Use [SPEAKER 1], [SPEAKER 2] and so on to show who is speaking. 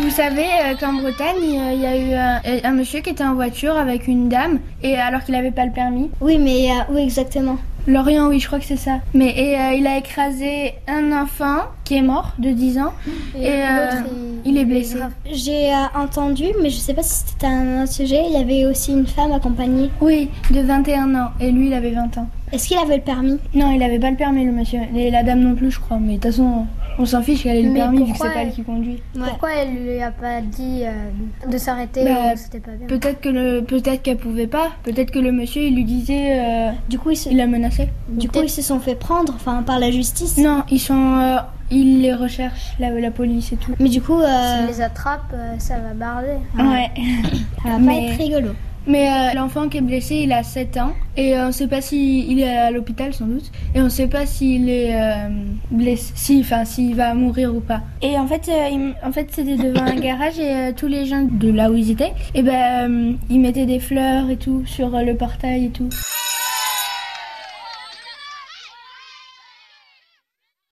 [SPEAKER 1] Vous savez euh, qu'en Bretagne, il euh, y a eu euh, un monsieur qui était en voiture avec une dame, et alors qu'il n'avait pas le permis.
[SPEAKER 2] Oui, mais euh, où exactement
[SPEAKER 1] Lorient, oui, je crois que c'est ça. Mais et, euh, il a écrasé un enfant qui est mort de 10 ans, et, euh,
[SPEAKER 2] l'autre,
[SPEAKER 1] il est blessé.
[SPEAKER 2] J'ai euh, entendu, mais je sais pas si c'était un autre sujet, il y avait aussi une femme accompagnée.
[SPEAKER 1] Oui, de 21 ans, et lui, il avait 20 ans.
[SPEAKER 2] Est-ce qu'il avait le permis
[SPEAKER 1] Non, il avait pas le permis, le monsieur. Et la dame non plus, je crois. Mais de toute façon, on s'en fiche qu'elle ait le
[SPEAKER 3] Mais
[SPEAKER 1] permis vu que
[SPEAKER 3] pourquoi
[SPEAKER 1] c'est pas elle
[SPEAKER 3] elle-
[SPEAKER 1] qui conduit.
[SPEAKER 3] Pourquoi elle lui a pas dit euh, de s'arrêter
[SPEAKER 1] Bah,
[SPEAKER 3] euh, C'était pas bien.
[SPEAKER 1] Peut-être que le, peut-être qu'elle pouvait pas. Peut-être que le monsieur, il lui disait, euh,
[SPEAKER 2] Du coup, ils se,
[SPEAKER 1] il la menaçait.
[SPEAKER 2] du coup, ils se sont fait prendre, enfin, par la justice.
[SPEAKER 1] Non, ils sont, euh, ils les recherchent, la, la police et tout.
[SPEAKER 2] Mais du coup, euh,
[SPEAKER 3] S'il les attrape, euh, ça va barder.
[SPEAKER 1] Ouais.
[SPEAKER 2] ça va
[SPEAKER 1] mais-
[SPEAKER 2] pas être rigolo.
[SPEAKER 1] Mais euh, l'enfant qui est blessé, il a 7 ans et euh, on sait pas s'il il est à l'hôpital sans doute et on sait pas s'il est euh, blessé, si, enfin s'il va mourir ou pas. Et en fait, euh, il- en fait c'était devant un garage et euh, tous eh les gens de là où ils étaient, et ben euh, ils mettaient des fleurs et tout sur euh, le portail et tout.